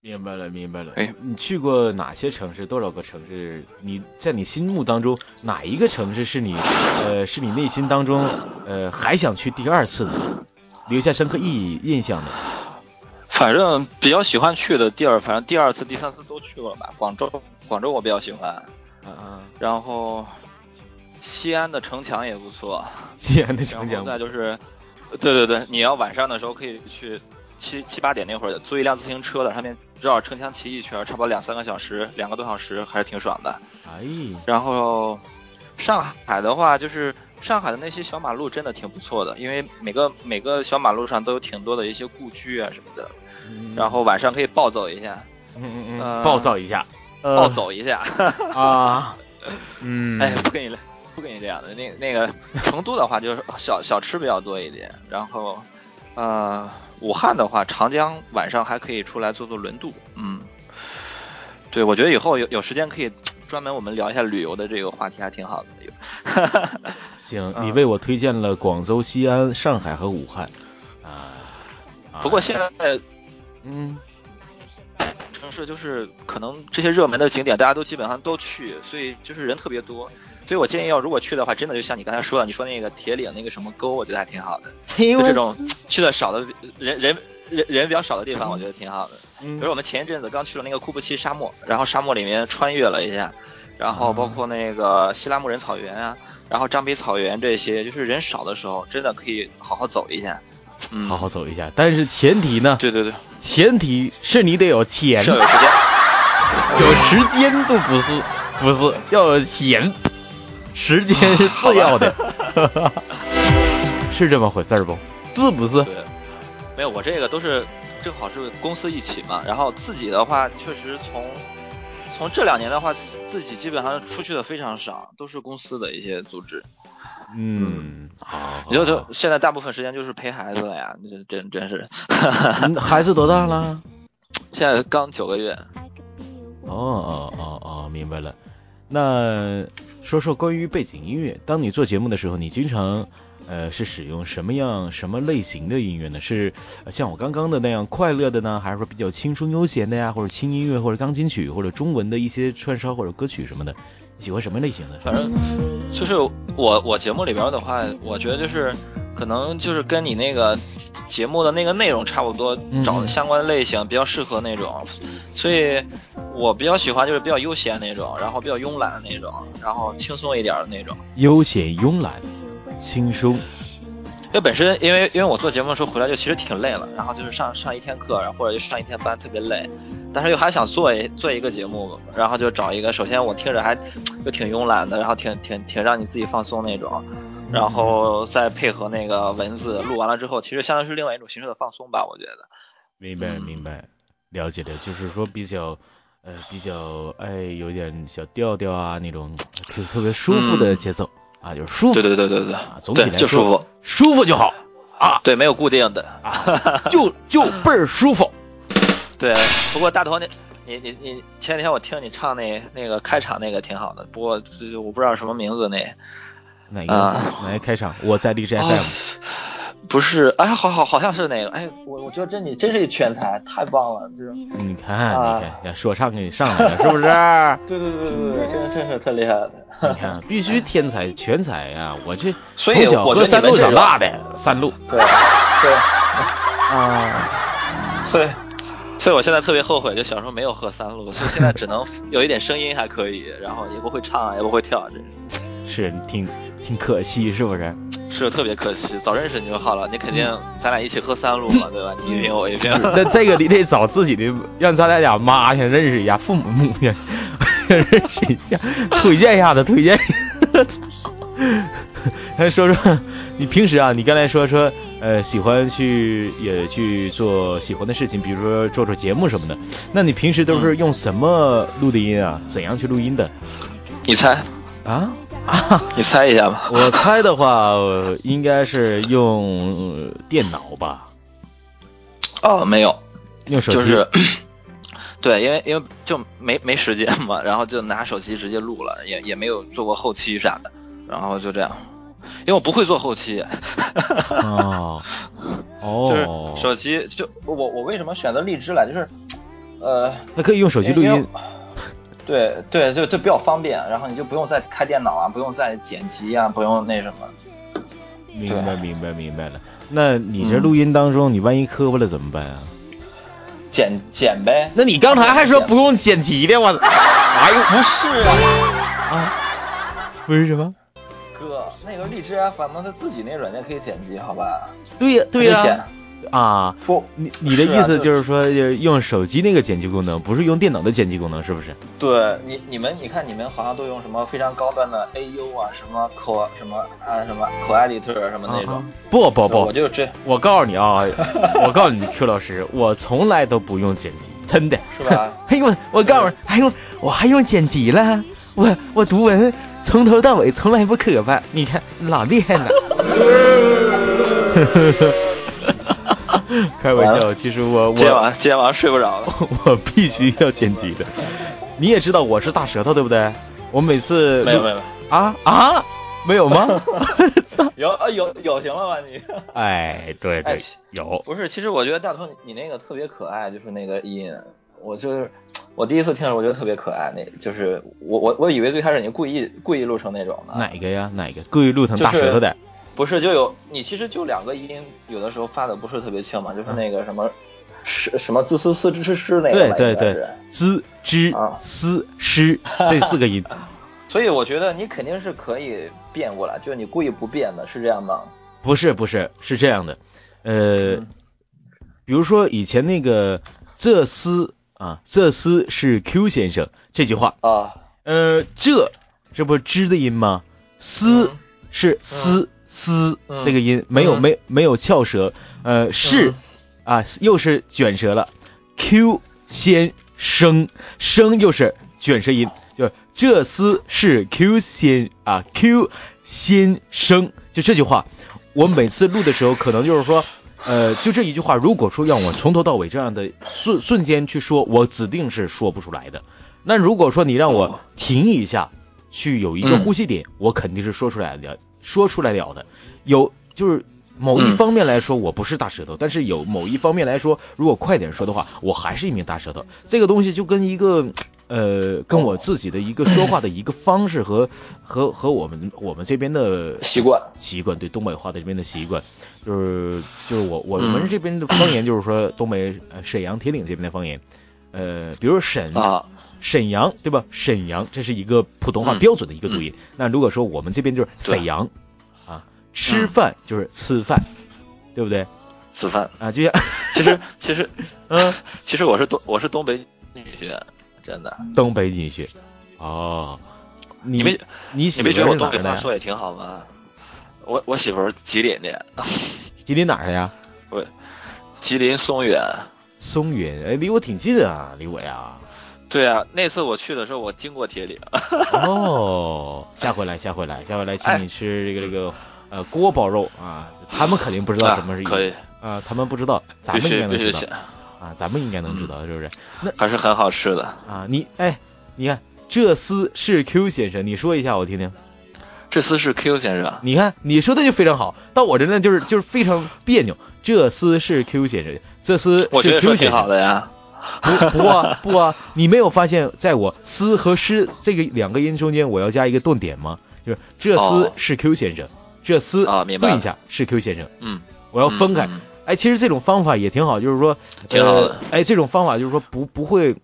A: 明白了，明白了。
D: 哎
A: 你去过哪些城市？多少个城市？你在你心目当中，哪一个城市是你，呃，是你内心当中，呃，还想去第二次的，留下深刻意义印象的？
D: 反正比较喜欢去的地儿，反正第二次、第三次都去过了吧。广州，广州我比较喜欢，
A: 啊啊！
D: 然后西安的城墙也不错，
A: 西安的 城
D: 然
A: 墙
D: 后，再就是，对对对，你要晚上的时候可以去七七八点那会儿租一辆自行车的，上面绕着城墙骑一圈，差不多两三个小时，两个多小时还是挺爽的。
A: 哎，
D: 然后上海的话，就是上海的那些小马路真的挺不错的，因为每个每个小马路上都有挺多的一些故居啊什么的，
A: 嗯
D: 然后晚上可以暴走一下，
A: 嗯嗯嗯，
D: 呃
A: 暴躁一下，呃
D: 暴走一下。
A: 啊，嗯，
D: 哎，不跟你不跟你这样的，那那个成都的话就是小小吃比较多一点，然后呃武汉的话，长江晚上还可以出来做做轮渡，嗯，对，我觉得以后有有时间可以专门我们聊一下旅游的这个话题，还挺好的。有
A: 行，
D: 嗯
A: 你为我推荐了广州、西安、上海和武汉，啊，啊
D: 不过现在
A: 嗯，
D: 城市就是可能这些热门的景点大家都基本上都去，所以就是人特别多，所以我建议要如果去的话，真的就像你刚才说的，你说那个铁岭那个什么沟，我觉得还挺好 的。
A: 嘿
D: 就
A: 我
D: 这种去的少的人人人人比较少的地方，我觉得挺好的。比
A: 嗯
D: 如我们前一阵子刚去了那个库布齐沙漠，然后沙漠里面穿越了一下，然后
A: 嗯
D: 包括那个希拉穆人草原啊，然后张北草原这些，就是人少的时候，真的可以好好走一下。嗯，
A: 好好。走一下，但是前提呢，
D: 对对对，
A: 前提是你得有钱
D: 是，要有时间。
A: 有时间都不是，不是要有钱，时间是次要的， 是这么回事儿不？是不是？
D: 对，没有，我这个都是正好是公司一起嘛，然后自己的话确实从从这两年的话，自自己基本上出去的非常少，都是公司的一些组织。
A: 嗯，好，好
D: 你就就
A: 好
D: 现在大部分时间就是陪孩子了呀，这真真是，
A: 嗯 孩子多大了？
D: 现在刚九个月。
A: 哦哦哦哦，明白了。那说说关于背景音乐，当你做节目的时候，你经常呃是使用什么样、什么类型的音乐呢？是呃像我刚刚的那样快乐的呢，还是说比较轻松悠闲的呀，或者轻音乐，或者钢琴曲，或者中文的一些串烧或者歌曲什么的？你喜欢什么类型的？
D: 反正就是我我节目里边的话，我觉得就是可能就是跟你那个节目的那个内容差不多
A: 嗯，
D: 找的相关的类型比较适合那种，所以我比较喜欢就是比较悠闲那种，然后比较慵懒的那种，然后轻松一点的那种。
A: 悠闲、慵懒、轻松。
D: 因为本身因为因为我做节目的时候回来就其实挺累了，然后就是上上一天课，然后或者就上一天班特别累，但是又还想做一做一个节目，然后就找一个首先我听着还就挺慵懒的，然后挺挺挺让你自己放松那种，
A: 嗯
D: 然后再配合那个文字录完了之后，其实相当于是另外一种形式的放松吧，我觉得。
A: 明白
D: 嗯
A: 明白，了解了，就是说比较，呃，比较哎，有点小调调啊那种，特特别舒服的
D: 嗯
A: 节奏、啊，就是舒服，
D: 对对对对对
A: 啊，总体
D: 对
A: 来
D: 就
A: 说
D: 舒服，
A: 舒服就 好啊，
D: 对，没有固定的。
A: 就就倍儿舒服。
D: 对，不过大头你你你你前几天我听你唱那那个开场那个挺好的，不过就是我不知道什么名字那。
A: 哪个、
D: 啊
A: 哪个开场？我在荔枝 FM，、
D: 哦、不是，哎，好好好像是那个，哎，我我觉得真你真是一全才，太棒了，这种，
A: 你看
D: 啊
A: 你看，说唱给你上来了是不是？
D: 对对对对对，真真是特厉害的。
A: 你看必须天才全才啊！我这
D: 啊所以
A: 从小
D: 我觉
A: 喝
D: 得
A: 三
D: 你们
A: 鹿
D: 这
A: 长
D: 个
A: 大的三鹿
D: 对对，
A: 啊，
D: 所以所以我现在特别后悔，就小时候没有喝三鹿，所以现在只能有一点声音还可以，然后也不会唱啊，也不会跳啊，真 是
A: 是挺挺可惜是不是？
D: 是特别可惜。早认识你就好了，你肯定咱俩一起喝三鹿嘛，对吧？你一瓶我一瓶。
A: 那这个你得找自己的，让咱俩俩妈先认识一下，父母母亲 认识一下，推荐一下子，推荐一下子。 那说说你平时啊，你刚才说说呃喜欢去也去做喜欢的事情，比如说做做节目什么的。那你平时都是用什么录的音啊？怎样去录音的
D: 你猜，
A: 啊？ 啊，
D: 你猜一下吧。
A: 我猜的话、呃应该是用、呃电脑吧，
D: 哦，没有，
A: 用手机。
D: 就是对，因为因为就没没时间嘛，然后就拿手机直接录了，也也没有做过后期啥的，然后就这样。因为我不会做后 期，
A: 哦，
D: 就是
A: 哦，
D: 手机就我我为什么选择荔枝来，就是呃，
A: 那可以用手机录
D: 因为
A: 音。。
D: 对对，就就比较方便，然后你就不用再开电脑啊，不用再剪辑啊，不用那什么。
A: 明白，明白，明白了。那你这录音当中，你万一磕巴了怎么办啊？
D: 剪剪呗。
A: 那你刚才还说不用剪辑 的，我操！哎呦，不是啊，不是什么？
D: 哥，那个荔枝 FM 它自己那软件可以剪辑，好吧？
A: 对呀，对
D: 可以
A: 呀
D: 剪。
A: 啊，
D: 不，
A: 你你的
D: 是啊
A: 意思
D: 就
A: 就是说，就是用手机那个剪辑功能，不是用电脑的剪辑功能，是不是？
D: 对你，你们，你看你们好像都用什么非常高端的 AU 啊，什么口什么啊，什么口 editor 什么那种。
A: 啊不不
D: 所以我
A: 不，
D: 就这
A: 我告诉你 啊，我告诉你 Q 老师，我从来都不用剪辑，真的。
D: 是吧？嗯
A: 哎呦，我告诉你，还用我还用剪辑了，我我读文从头到尾从来不磕巴，你看老厉 害了。开玩笑，其实我
D: 今天
A: 我
D: 晚上今天晚上睡不着了。
A: 我必须要剪辑的。你也知道我是大舌头，对不对？我每次
D: 没有没有没
A: 啊啊，没有吗？ 操！
D: 有啊有有行了吧你？
A: 哎，对
D: 哎
A: 对
D: 其，
A: 有
D: 不是，其实我觉得大头你你那个特别可爱，就是那个音，我就是我第一次听的时候我觉得特别可爱，那就是我我我以为最开始你故意故意录成那种的。
A: 哪个呀？哪个故意录成
D: 啊就
A: 大舌头
D: 是
A: 的？
D: 不是，就有你其实就两个音，有的时候发的不是特别清嘛，就是那个什么，是什么自私私之诗那个
A: 对
D: 吧
A: 对
D: 应该
A: 对
D: 是，
A: z z
D: 啊
A: s 诗这四个音。
D: 所以我觉得你肯定是可以变过来，就是你故意不变的，是这样吗？
A: 不是不是，是这样的，呃，
D: 嗯
A: 比如说以前那个这厮啊，这厮是 Q 先生这句话，
D: 啊，
A: 呃，这这不是之的音吗？思
D: 嗯
A: 是思思
D: 嗯
A: 这个音，没有
D: 嗯
A: 没没有翘舌，呃，是
D: 嗯
A: 啊，又是卷舌了。Q 先生生又是卷舌音，就这厮是 Q 先啊 Q 先生，就这句话，我每次录的时候可能就是说。呃，就这一句话，如果说让我从头到尾这样的瞬瞬间去说，我指定是说不出来的。那如果说你让我停一下，去有一个
D: 哦嗯
A: 呼吸点，我肯定是说出来的，说出来了的。有就是某一
D: 嗯
A: 方面来说，我不是大舌头，但是有某一方面来说，如果快点说的话，我还是一名大舌头。这个东西就跟一个呃，跟我自己的一个说话的一个方式和和和我们我们这边的
D: 习惯。
A: 习惯，对东北话的这边的习惯，就是就是我我
D: 嗯
A: 们这边的方言，就是说东北呃沈阳铁岭这边的方言，呃，比如说沈
D: 啊，
A: 沈阳对吧？沈阳这是一个普通话
D: 嗯
A: 标准的一个读音。那如果说我们这边就是
D: 对嗯
A: 沈阳啊，吃饭就是吃饭，对不对？
D: 此番
A: 啊，就像
D: 其实 其实
A: 嗯，
D: 其实我是东我是东北女学，真的。
A: 东北女婿哦，你
D: 你没
A: 你媳
D: 你
A: 妇
D: 没觉得我
A: 是哪
D: 东
A: 儿
D: 北
A: 的
D: 话
A: 呀？
D: 说也挺好吗？我我媳妇儿吉林的，
A: 吉林哪儿的呀？
D: 吉林松原。
A: 松原，哎，离我挺近啊，离我呀。
D: 对啊，那次我去的时候，我经过铁岭。
A: 哦，下回来，下回来，下回来，请
D: 哎
A: 你吃这个这个呃锅包肉啊，他们肯定不知道
D: 啊
A: 什么是一
D: 可以，
A: 啊，他们不知道，咱
D: 必
A: 们应
D: 须
A: 该能
D: 必须
A: 知道
D: 去，嗯
A: 啊，咱们应该能知道，是不是？
D: 还是很好吃的。
A: 啊，你哎，你看这厮是 Q 先生，你说一下我听听。
D: 这次是 Q 先生，啊
A: 你看你说的就非常好，到我这呢就是就是非常别扭。这厮是 Q 先生，这厮
D: 我觉
A: 是
D: 得说
A: Q 先
D: 挺好
A: 生。
D: 的呀。
A: 不不啊不啊，你没有发现在我“厮”和“诗”这个两个音中间，我要加一个顿点吗？就是这厮
D: 哦
A: 是 Q 先生，这厮
D: 啊明白
A: 顿一
D: 了
A: 下是 Q 先生，
D: 嗯，
A: 我要分开。
D: 嗯嗯
A: 哎，其实这种方法也挺好，就是说，
D: 挺好的
A: 呃。哎，这种方法就是说不不会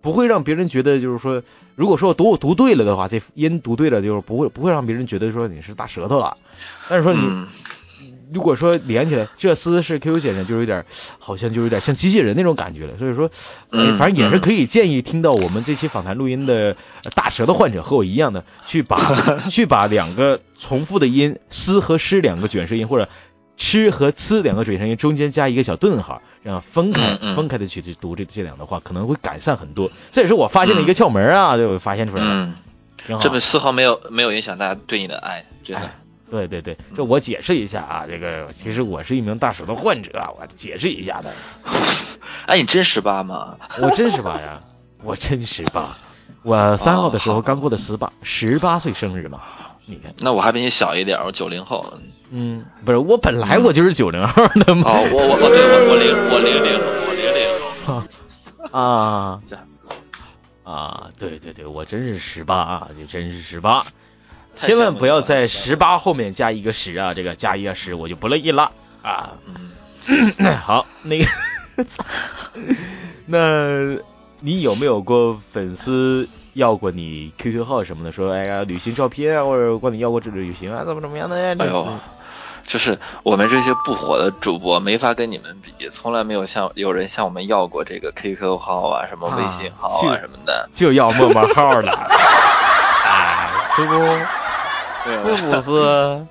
A: 不会让别人觉得就是说，如果说我读我读对了的话，这音读对了，就是不会不会让别人觉得说你是大舌头了。但是说你、
D: 嗯，
A: 如果说连起来，这厮是 Q 先生，就有点儿好像就有点像机器人那种感觉了。所以说，呃
D: 嗯
A: 反正也是
D: 嗯
A: 可以建议听到我们这期访谈录音的呃大舌头患者和我一样的，去 把去把两个重复的音“嘶”和“诗”两个卷舌音，或者“吃”和“呲”两个卷舌音中间加一个小顿号，然后分开
D: 嗯嗯
A: 分开的去读这这两的话，可能会改善很多。这也是我发现的一个窍门啊，对我发现出来了，
D: 嗯，
A: 挺好
D: 这。本丝毫没有没有影响大家对你的爱，真的
A: 哎。对对对，这我解释一下啊，这个其实我是一名大舌头患者啊，我解释一下的。
D: 哎，你真十八吗？
A: 我真十八呀，我真十八，我三号的时候刚过的十八，十八岁生日嘛。你看，
D: 那我还比你小一点儿，我九零 后。
A: 嗯，不是，我本来我就是九零后的嘛。
D: 哦，我我我对我我零我零零后，我零零后。
A: 啊
D: 这样
A: 啊，对对对，我真是十八啊，就真是十八，
D: 太
A: 千
D: 羡
A: 万
D: 慕
A: 不要
D: 了
A: 在
D: 18
A: 十八后面加一个十啊，这个加一个十我就不乐意了啊。
D: 嗯，
A: 好，那 个，那你有没有过粉丝要过你 QQ 号什么的，说哎呀旅行照片啊，或者管你要过这旅行啊，怎么怎么样的呀？
D: 哎呦，就是我们这些不火的主播没法跟你们比，从来没有像有人向我们要过这个 QQ 号啊，什么微信号
A: 啊
D: 啊什么的。
A: 就要陌陌号 了，哎，是不？
D: 对啊
A: 是不是？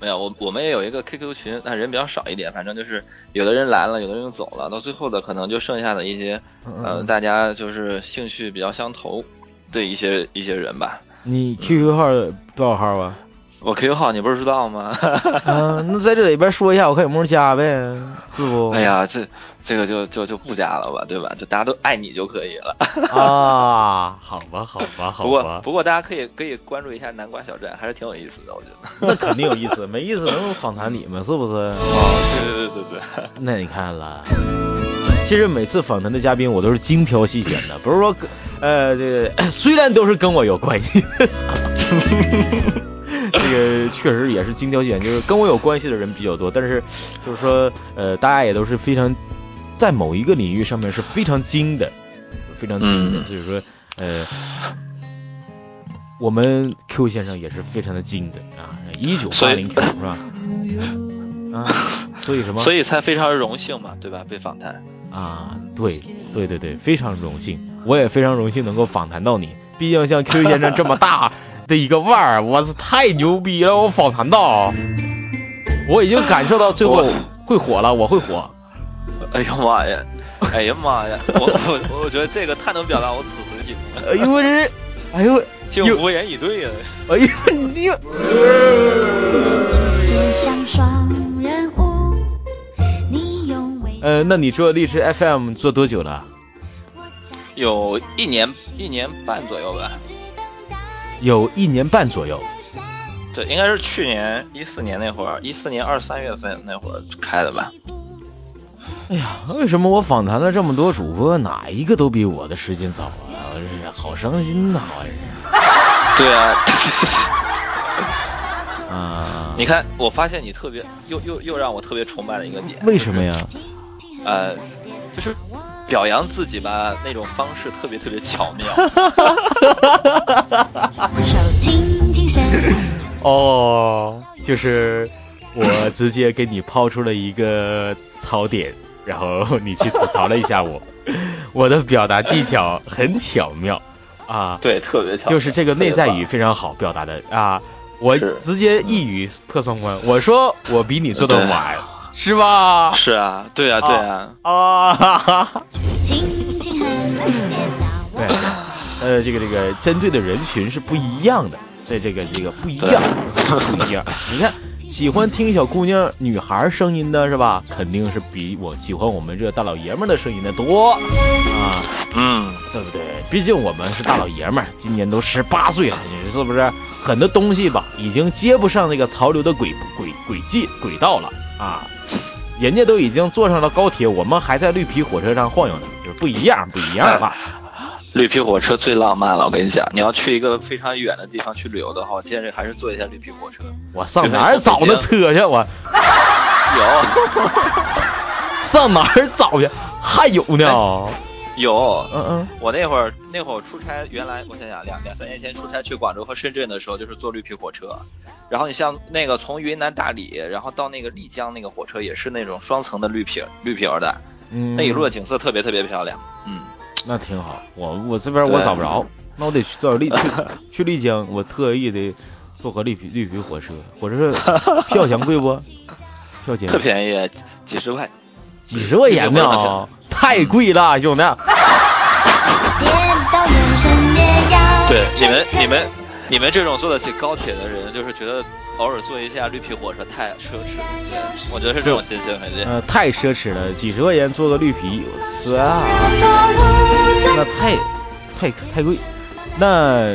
D: 没有，我我们也有一个 QQ 群，但人比较少一点。反正就是有的人来了，有的人走了，到最后的可能就剩下的一些，
A: 嗯
D: 呃，大家就是兴趣比较相投的一些一些人吧。
A: 你 QQ 号多少号啊？
D: 我 QQ 号你不是知道吗？
A: 啊，那在这里边说一下，我看有没有人加呗，是不？
D: 哎呀，这这个就就就不加了吧，对吧？就大家都爱你就可以了。
A: 啊，好吧，好吧，好
D: 不过
A: 吧，
D: 不过大家可以可以关注一下南瓜小站，还是挺有意思的，我觉得。
A: 那肯定有意思，没意思能访谈你们是不是？
D: 哦， 对对对对对。
A: 那你看了，其实每次访谈的嘉宾我都是精挑细选的，不是说跟，呃，这个虽然都是跟我有关系的， 这个确实也是精挑细选，就是跟我有关系的人比较多，但是就是说，呃，大家也都是非常在某一个领域上面是非常精的，非常精的，
D: 嗯
A: 所以说，呃。我们 Q 先生也是非常的精的啊，一九八
D: 所以
A: 零 Q 是吧？啊，所以什么？
D: 所以才非常荣幸嘛，对吧？被访谈。
A: 啊，对对对对，非常荣幸，我也非常荣幸能够访谈到你。毕竟像 Q 先生这么大的一个腕儿，我是太牛逼了，我访谈到，我已经感受到最后
D: 我
A: 会火了，我会火。
D: 哎呀妈呀！哎呀妈呀！我我我觉得这个太能表达我此时品吗？
A: 哎呦我这是， 哎呦，
D: 就
A: 有
D: 无言以对呀、
A: 哎呦你又，
C: 指尖像双人舞，你用微
A: 呃，那你说荔枝 FM 做多久了？
D: 有一年一年半左右吧，
A: 有一年半左右。
D: 对，应该是去年一四年那会儿，一四年二三月份那会儿开的吧。
A: 哎呀，为什么我访谈了这么多主播，哪一个都比我的时间早啊？我真是好伤心呐、我真是。
D: 对啊，
A: 啊，
D: 你看，我发现你特别，又又又让我特别崇拜的一个点，
A: 为什么呀？
D: 呃，就是表扬自己吧，那种方式特别特别巧 妙。
C: 手紧紧伸展。
A: 哦，就是我直接给你抛出了一个槽点，然后你去吐槽了一下我， 我的表达技巧很巧妙啊，，
D: 对，特别巧妙，
A: 就是这个内在语
D: 特
A: 非常好表达的啊，我
D: 是
A: 直接一语破三观，我说我比你做的
D: 对
A: 晚，是吧
D: 别棒。？是啊，对啊，对啊，
A: 啊，哈哈
C: 轻轻喊，别打
A: 对
C: 我。，
A: 呃，这个这个针对的人群是不一样的，对这个这个不一样，不一样。你看，喜欢听小姑娘、女孩声音的是吧？肯定是比我喜欢我们这大老爷们儿的声音的多啊，
D: 嗯，
A: 对不对？毕竟我们是大老爷们儿，今年都十八岁了，你说是不是？很多东西吧，已经接不上这个潮流的轨轨轨迹轨道了啊。人家都已经坐上了高铁，我们还在绿皮火车上晃悠呢，就是不一样，不一样了。
D: 绿皮火车最浪漫了，我跟你讲，你要去一个非常远的地方去旅游的话，我建议还是坐一下绿皮火车。
A: 我上哪儿找那车去？我上哪儿找去？还有呢？
D: 有有，
A: 嗯嗯，
D: 我那会儿那会儿出差，原来我想想两两三年前出差去广州和深圳的时候，就是坐绿皮火车。然后你像那个从云南大理，然后到那个丽江那个火车也是那种双层的绿皮绿皮儿的，
A: 嗯，
D: 那一路的景色特别特别漂亮。嗯，
A: 那挺好。我我这边我找不着，那我得去找丽去去丽江，我特意的坐个绿皮绿皮火车，火车票钱贵不？票钱
D: 特便宜，几十块。
A: 几十块钱呢，太贵了，兄弟。
C: 颠倒眼神也要。
D: 对，你们你们你们这种坐得起高铁的人，就是觉得偶尔坐一下绿皮火车太奢侈了。对我觉得是这种心情，肯定。
A: 呃，太奢侈了，几十块钱坐个绿皮，我操、那太太太贵。那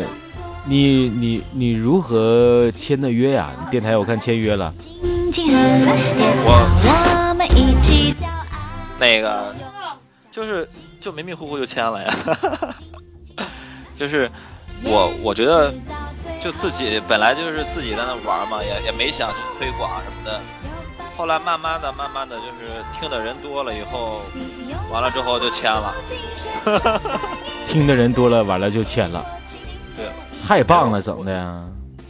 A: 你你你如何签的约呀、你电台我看签约了，
C: 轻轻喊，别打我。我们一起骄傲。
D: 那个就是就迷迷糊糊就签了呀， 就是我我觉得就自己本来就是自己在那玩嘛，也也没想去推广什么的，后来慢慢的慢慢的就是听的人多了以后，完 了之后就签了，
A: 听的人多了，完了就签了，
D: 对。
A: 太棒了，整的呀！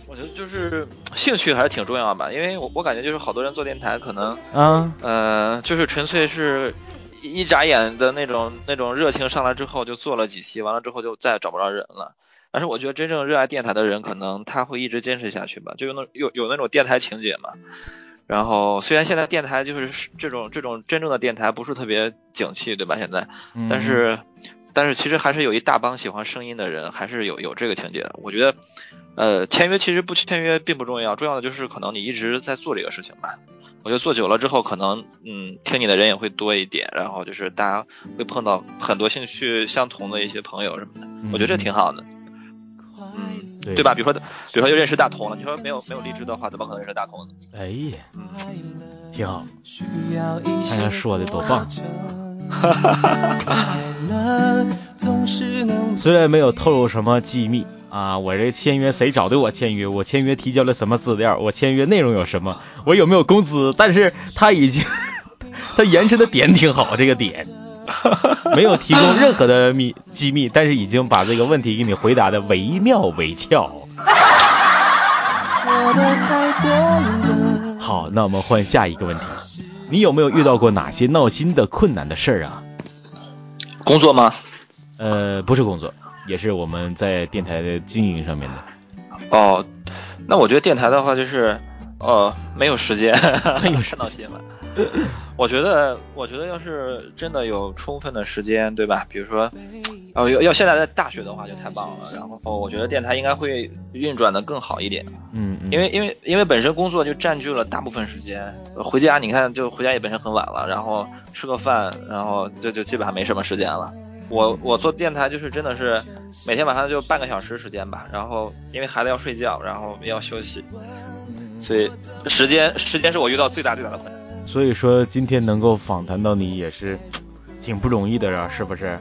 D: 我觉得就是兴趣还是挺重要吧，因为我我感觉就是好多人做电台可能，
A: 啊，
D: 呃，就是纯粹是一一眨眼的那种那种热情上来之后就做了几期，完了之后就再也找不着人了。但是我觉得真正热爱电台的人，可能他会一直坚持下去吧，就有那有有那种电台情节嘛。然后虽然现在电台就是这种这种真正的电台不是特别景气，对吧？现在，
A: 嗯
D: 但是，但是其实还是有一大帮喜欢声音的人，还是有有这个情节的。我觉得，呃，签约其实不签约并不重要，重要的就是可能你一直在做这个事情吧。我觉得做久了之后，可能嗯，听你的人也会多一点，然后就是大家会碰到很多兴趣相同的一些朋友什么的，我觉得这挺好的，嗯，
A: 对
D: 对吧？比如说，比如说就认识大同了，你说没有没有荔枝的话，怎么可能认识大同呢？
A: 哎呀，挺好，看看说的多棒！虽然没有透露什么机密啊，我这签约谁找的我签约，我签约提交了什么资料，我签约内容有什么，我有没有工资，但是他已经 他延伸的点挺好，这个点没有提供任何的秘机密，但是已经把这个问题给你回答的惟妙惟肖。 好，那我们换下一个问题，你有没有遇到过哪些闹心的困难的事儿啊？
D: 工作吗？
A: 呃，不是工作，也是我们在电台的经营上面的。
D: 哦，那我觉得电台的话就是，呃，没有时间，
A: 没有时间
D: 看到新闻。我觉得，我觉得要是真的有充分的时间，对吧？比如说，哦，要要现在在大学的话就太棒了。然后哦我觉得电台应该会运转的更好一点，
A: 嗯，嗯
D: 因为因为因为本身工作就占据了大部分时间，呃回家你看就回家也本身很晚了，然后吃个饭，然后就就基本上没什么时间了。
A: 嗯
D: 我我做电台就是真的是每天晚上就半个小时时间吧，然后因为孩子要睡觉，然后要休息，
A: 嗯
D: 所以时间时间是我遇到最大最大的 困难。
A: 所以说今天能够访谈到你也是挺不容易的啊，是不是？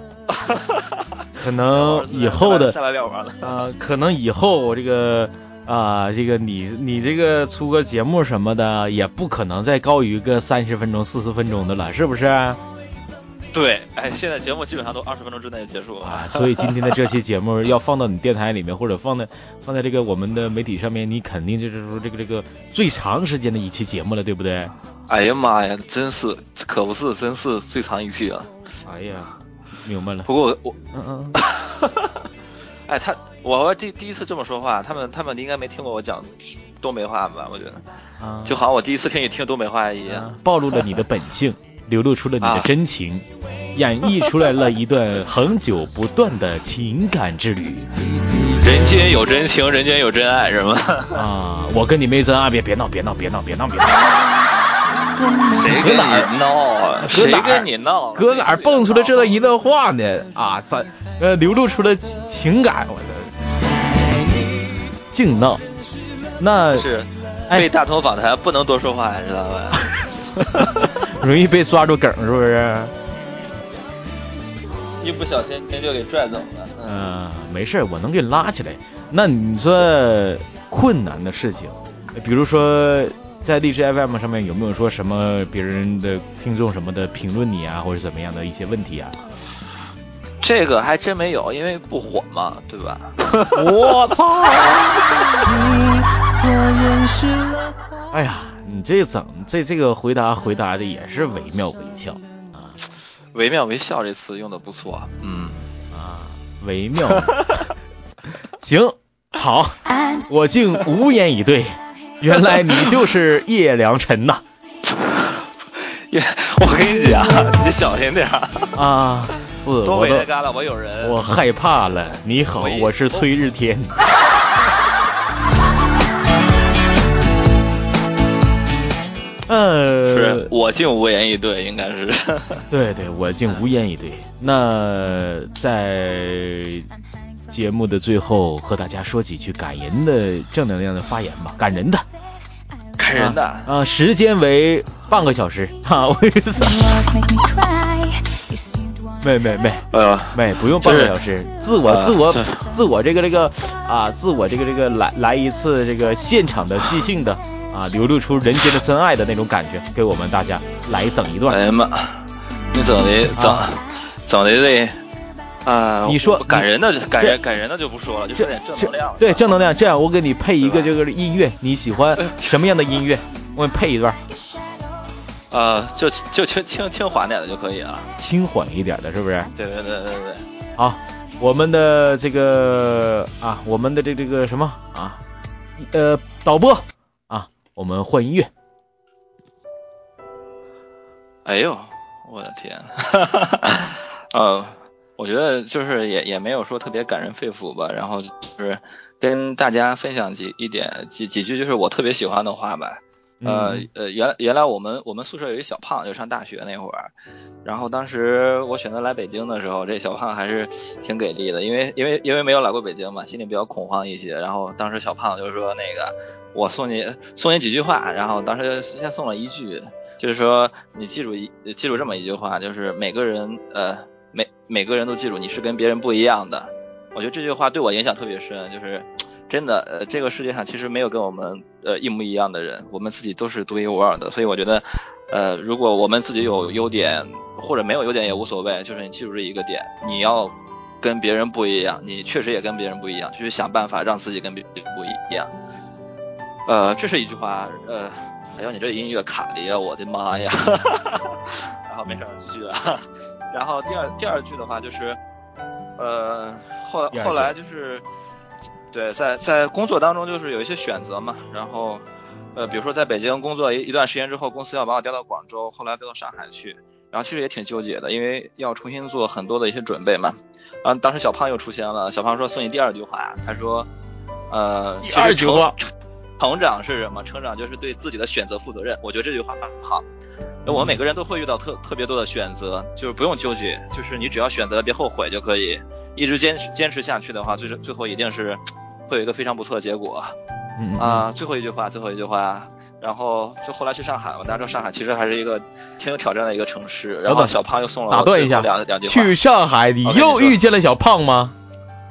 A: 可能以后的
D: 哎下班不要玩了。
A: 呃，可能以后这个啊、这个你你这个出个节目什么的，也不可能再高于个三十分钟、四十分钟的了，是不是？啊，
D: 对，哎，现在节目基本上都二十分钟之内就结束了。
A: 啊所以今天的这期节目要放到你电台里面，或者放在放在这个我们的媒体上面，你肯定就是说这个这个最长时间的一期节目了，对不对？
D: 哎呀妈呀，真是，可不是，真是最长一期了。
A: 哎呀，明白了
D: 不。过我我，
A: 嗯嗯，
D: 哎，他我第第一次这么说话，他们他们应该没听过我讲东北话吧？我觉得，
A: 啊
D: 就好像我第一次听你听东北话一样。
A: 暴露了你的本性，流露出了你的
D: 啊
A: 真情，演绎出来了一段恒久不断的情感之旅。
D: 嗯人间有真情，人间有真爱，是 吗？
A: 啊，我跟你没真爱，别别闹，别闹，别闹，别闹，别闹，
D: 谁跟你闹啊？
E: 搁
D: 谁
E: 哪儿
D: 跟你闹啊？
E: 搁哪儿蹦出来这一段话呢？啊，咱
A: 呃，流露出了情情感，我的净闹。那
D: 哎是
A: 哎
D: 被大头访谈不能多说话，知道吧？
A: 容易被抓住梗，是不是？
D: 一不小心就给拽走了。嗯，
A: 呃，没事儿，我能给你拉起来。那你说困难的事情，比如说在荔枝 FM 上面有没有说什么别人的听众什么的评论你啊，或者怎么样的一些问题啊？
D: 这个还真没有，因为不火嘛，对吧？
A: 我操！
B: 我认识了
A: 哎呀，你这整这这个回答回答的也是惟妙惟肖啊
D: 惟妙惟肖这词用的不错，嗯，
A: 啊，惟 妙。行，好，我竟无言以对。原来你就是叶良辰呐
D: 也 我跟你讲， 你小心点儿，
A: 啊！是
D: 东
A: 我
D: 北那
A: 都
D: 旮�瘩我有人，
A: 我害怕了。你好，
D: 我也
A: 我是崔日 天。呃
D: 是，我竟无言以对，应该 是，
A: 呃对对，我竟无言以对。那在节目的最后，和大家说几句感人的、正能量的发言吧，感人的，
D: 看人的。
A: 啊、啊时间为半个小时啊，我妹妹妹
D: 哎呦，
A: 妹，不用半个小时，自我
D: 呃
A: 自我
D: 这
A: 自我这个这个啊，自我这个这个来来一次这个现场的即兴的啊，流露出人间的真爱的那种感觉，给我们大家来整一段。
D: 哎呀妈，你整的整
A: 啊
D: 整的这啊，
A: 你说
D: 我感人的感
A: 这
D: 人感人的就不说了，就说点正能量的。
A: 对正能量。这样我给你配一个
D: 对
A: 这
D: 吧
A: 个音乐，你喜欢什么样的音乐？我给你配一段
D: 啊，就就轻轻轻缓点的就可以啊。
A: 轻缓一点的，是不是？
D: 对对对对对，
A: 好，我们的这个啊，我们的这这个什么啊，呃，导播啊，我们换音乐。
D: 哎呦，我的天， 呃，我觉得就是也也没有说特别感人肺腑吧，然后就是跟大家分享几一点几几句就是我特别喜欢的话吧。呃
A: 嗯
D: 呃，原原来我们我们宿舍有一小胖，就上大学那会儿，然后当时我选择来北京的时候，这小胖还是挺给力的，因为因为因为没有来过北京嘛，心里比较恐慌一些。然后当时小胖就说那个我送你送你几句话，然后当时先送了一句，就是说你记住一记住这么一句话，就是每个人呃每每个人都记住你是跟别人不一样的。我觉得这句话对我影响特别深，就是真的，呃，这个世界上其实没有跟我们呃一模一样的人，我们自己都是独一无二的。所以我觉得，呃，如果我们自己有优点或者没有优点也无所谓，就是你记住这一个点，你要跟别人不一样，你确实也跟别人不一样，就是想办法让自己跟别人不一样。呃，这是一句话，呃，哎呦，你这音乐卡离啊，我的妈呀！ 然后没事儿，继续啊。然后第二第二句的话就是，呃，后
A: 第二句
D: 后来就是，对，在在工作当中就是有一些选择嘛，然后，呃，比如说在北京工作一一段时间之后，公司要把我调到广州，后来调到上海去，然后其实也挺纠结的，因为要重新做很多的一些准备嘛。然后当时小胖又出现了，小胖说送你第二句话，他说，呃，
F: 第
D: 其实
F: 二句
D: 成
F: 话，
D: 成长是什么？成长就是对自己的选择负责任。我觉得这句话好。那我们每个人都会遇到特特别多的选择，就是不用纠结，就是你只要选择了别后悔就可以，一直坚持坚持下去的话，最最后一定是会有一个非常不错的结果。
A: 嗯
D: 啊，最后一句话，最后一句话。然后就后来去上海嘛，大家知道上海其实还是一个挺有挑战的一个城市。然后小胖又送了我
A: 打断一下
D: 最后两两句话。
A: 去上海，你
D: 我跟你
A: 又
D: 说
A: 遇见了小胖吗？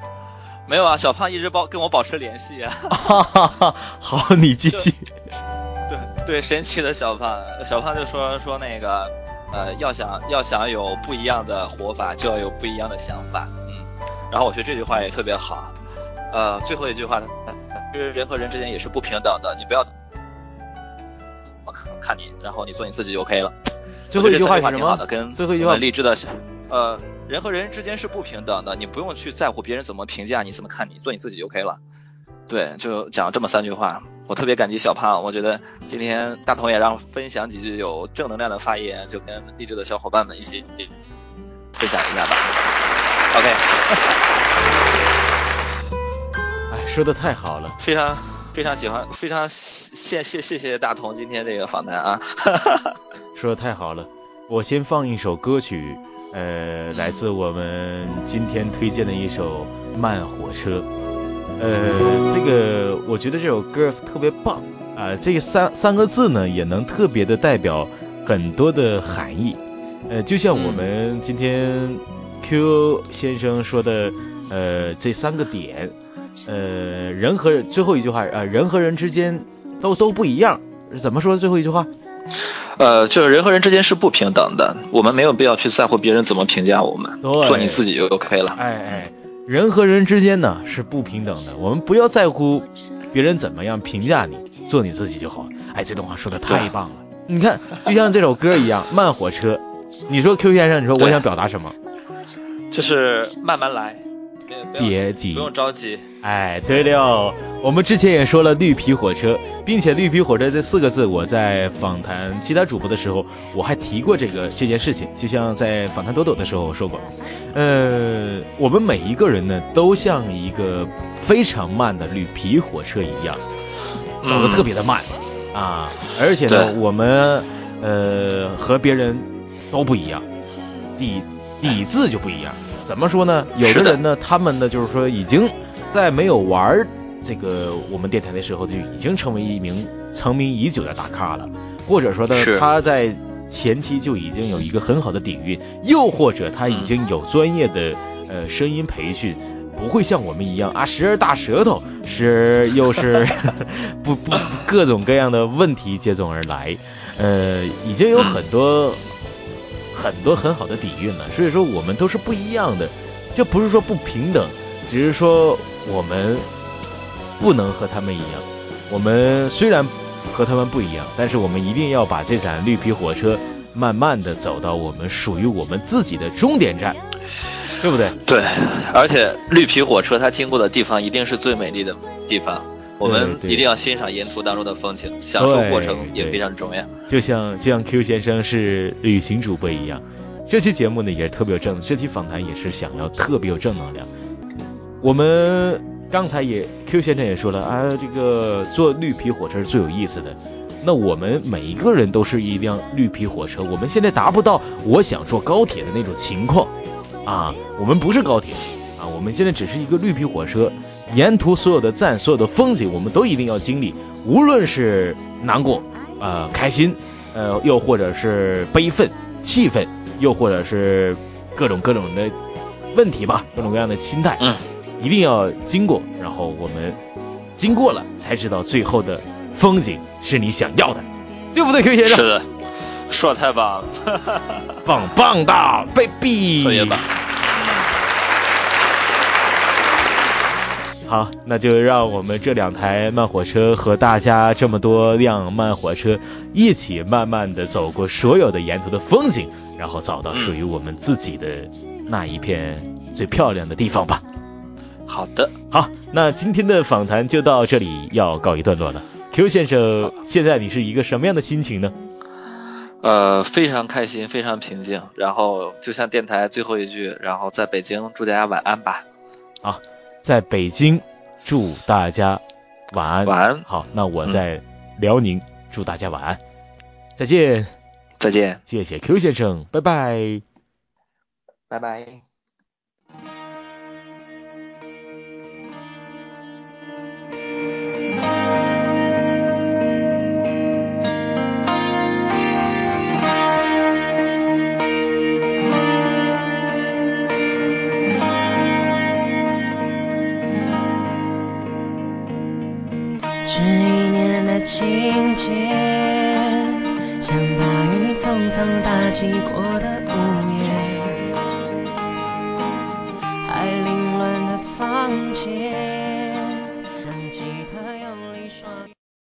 D: 没有啊，小胖一直保跟我保持联系啊。
A: 哈哈哈，好，你继续。
D: 对对，神奇的小胖，小胖就说说那个，呃，要想要想有不一样的活法，就要有不一样的想法。嗯，然后我觉得这句话也特别好。呃，最后一句话，其实人和人之间也是不平等的，你不要我看看你，然后你做你自己就 OK 了。
A: 最后一句话是
D: 我觉得
A: 什
D: 这挺好的
A: 么？
D: 跟
A: 最后一句
D: 我
A: 话
D: 们励志的是，呃，人和人之间是不平等的，你不用去在乎别人怎么评价你，怎么看你，做你自己就 OK 了。对，就讲这么三句话，我特别感激小胖，我觉得今天大同也让分享几句有正能量的发言，就跟励志的小伙伴们一起分享一下吧。OK，
A: 哎，说的太好了。
D: 非常非常喜欢，非常谢谢谢谢大同今天这个访谈 啊。
A: 说的太好了，我先放一首歌曲，呃，来自我们今天推荐的一首《慢火车》。呃，这个我觉得这首歌特别棒啊、这三三个字呢也能特别的代表很多的含义。呃，就像我们今天 Q 先生说的，呃，这三个点，呃，人和最后一句话啊、呃人和人之间都都不一样，怎么说最后一句话？
D: 呃，就是人和人之间是不平等的，我们没有必要去在乎别人怎么评价我们，
A: 对
D: 做你自己就 OK 了。
A: 哎哎，人和人之间呢是不平等的，我们不要在乎别人怎么样评价你，做你自己就好。哎，这段话说的太
D: 对
A: 棒了，你看，就像这首歌一样，《慢火车》。你说 Q 先生，你说我
D: 对
A: 想表达什么？
D: 就是慢慢来，别不要
A: 别急
D: 不用着急。
A: 哎，对了，我们之前也说了绿皮火车，并且绿皮火车这四个字，我在访谈其他主播的时候，我还提过这个这件事情，就像在访谈豆豆的时候我说过，呃，我们每一个人呢，都像一个非常慢的绿皮火车一样，走的特别的慢、啊，而且呢，
D: 对
A: 我们呃和别人都不一样，底底子就不一样。怎么说呢？有的
D: 是的
A: 人呢，他们呢就是说已经在没有玩儿这个我们电台的时候，就已经成为一名成名已久的大咖了，或者说呢
D: 是，
A: 他在前期就已经有一个很好的底蕴，又或者他已经有专业的呃声音培训。不会像我们一样啊，时而大舌头，时而又是 不不各种各样的问题接踵而来，呃，已经有很多很多很好的底蕴了，所以说我们都是不一样的，这不是说不平等，只是说我们不能和他们一样。我们虽然和他们不一样，但是我们一定要把这盏绿皮火车慢慢的走到我们属于我们自己的终点站，对不对？
D: 对，而且绿皮火车它经过的地方一定是最美丽的地方，我们
A: 对对
D: 一定要欣赏沿途当中的风景，享受过程也非常重要。
A: 就像就像 Q 先生是旅行主播一样，这期节目呢也是特别有正，这期访谈也是想要特别有正能量。我们刚才也 Q 先生也说了啊，这个坐绿皮火车是最有意思的。那我们每一个人都是一辆绿皮火车，我们现在达不到我想坐高铁的那种情况啊，我们不是高铁啊，我们现在只是一个绿皮火车，沿途所有的站、所有的风景，我们都一定要经历，无论是难过、呃开心，呃又或者是悲愤、气愤，又或者是各种各种的问题吧，各种各样的心态，
D: 嗯，
A: 一定要经过，然后我们经过了才知道最后的风景是你想要的，对不对，Q 先
D: 是
A: 生？
D: 的， 说的太棒了，
A: 棒棒的，baby，
D: 特别棒。
A: 好，那就让我们这两台慢火车和大家这么多辆慢火车一起慢慢的走过所有的沿途的风景，然后找
D: 嗯
A: 到属于我们自己的那一片最漂亮的地方吧。
D: 好的，
A: 好，那今天的访谈就到这里要告一段落了。Q 先生，现在你是一个什么样的心情呢？
D: 呃，非常开心，非常平静。然后就像电台最后一句，然后在北京祝大家晚安吧。
A: 在北京，祝大家晚安。
D: 晚安，
A: 好，那我在辽宁，祝大家晚安，再见，
D: 再见，
A: 谢谢 Q 先生，拜拜。
D: 拜拜。
B: 这一年的情节，像大雨匆匆打击过的屋檐。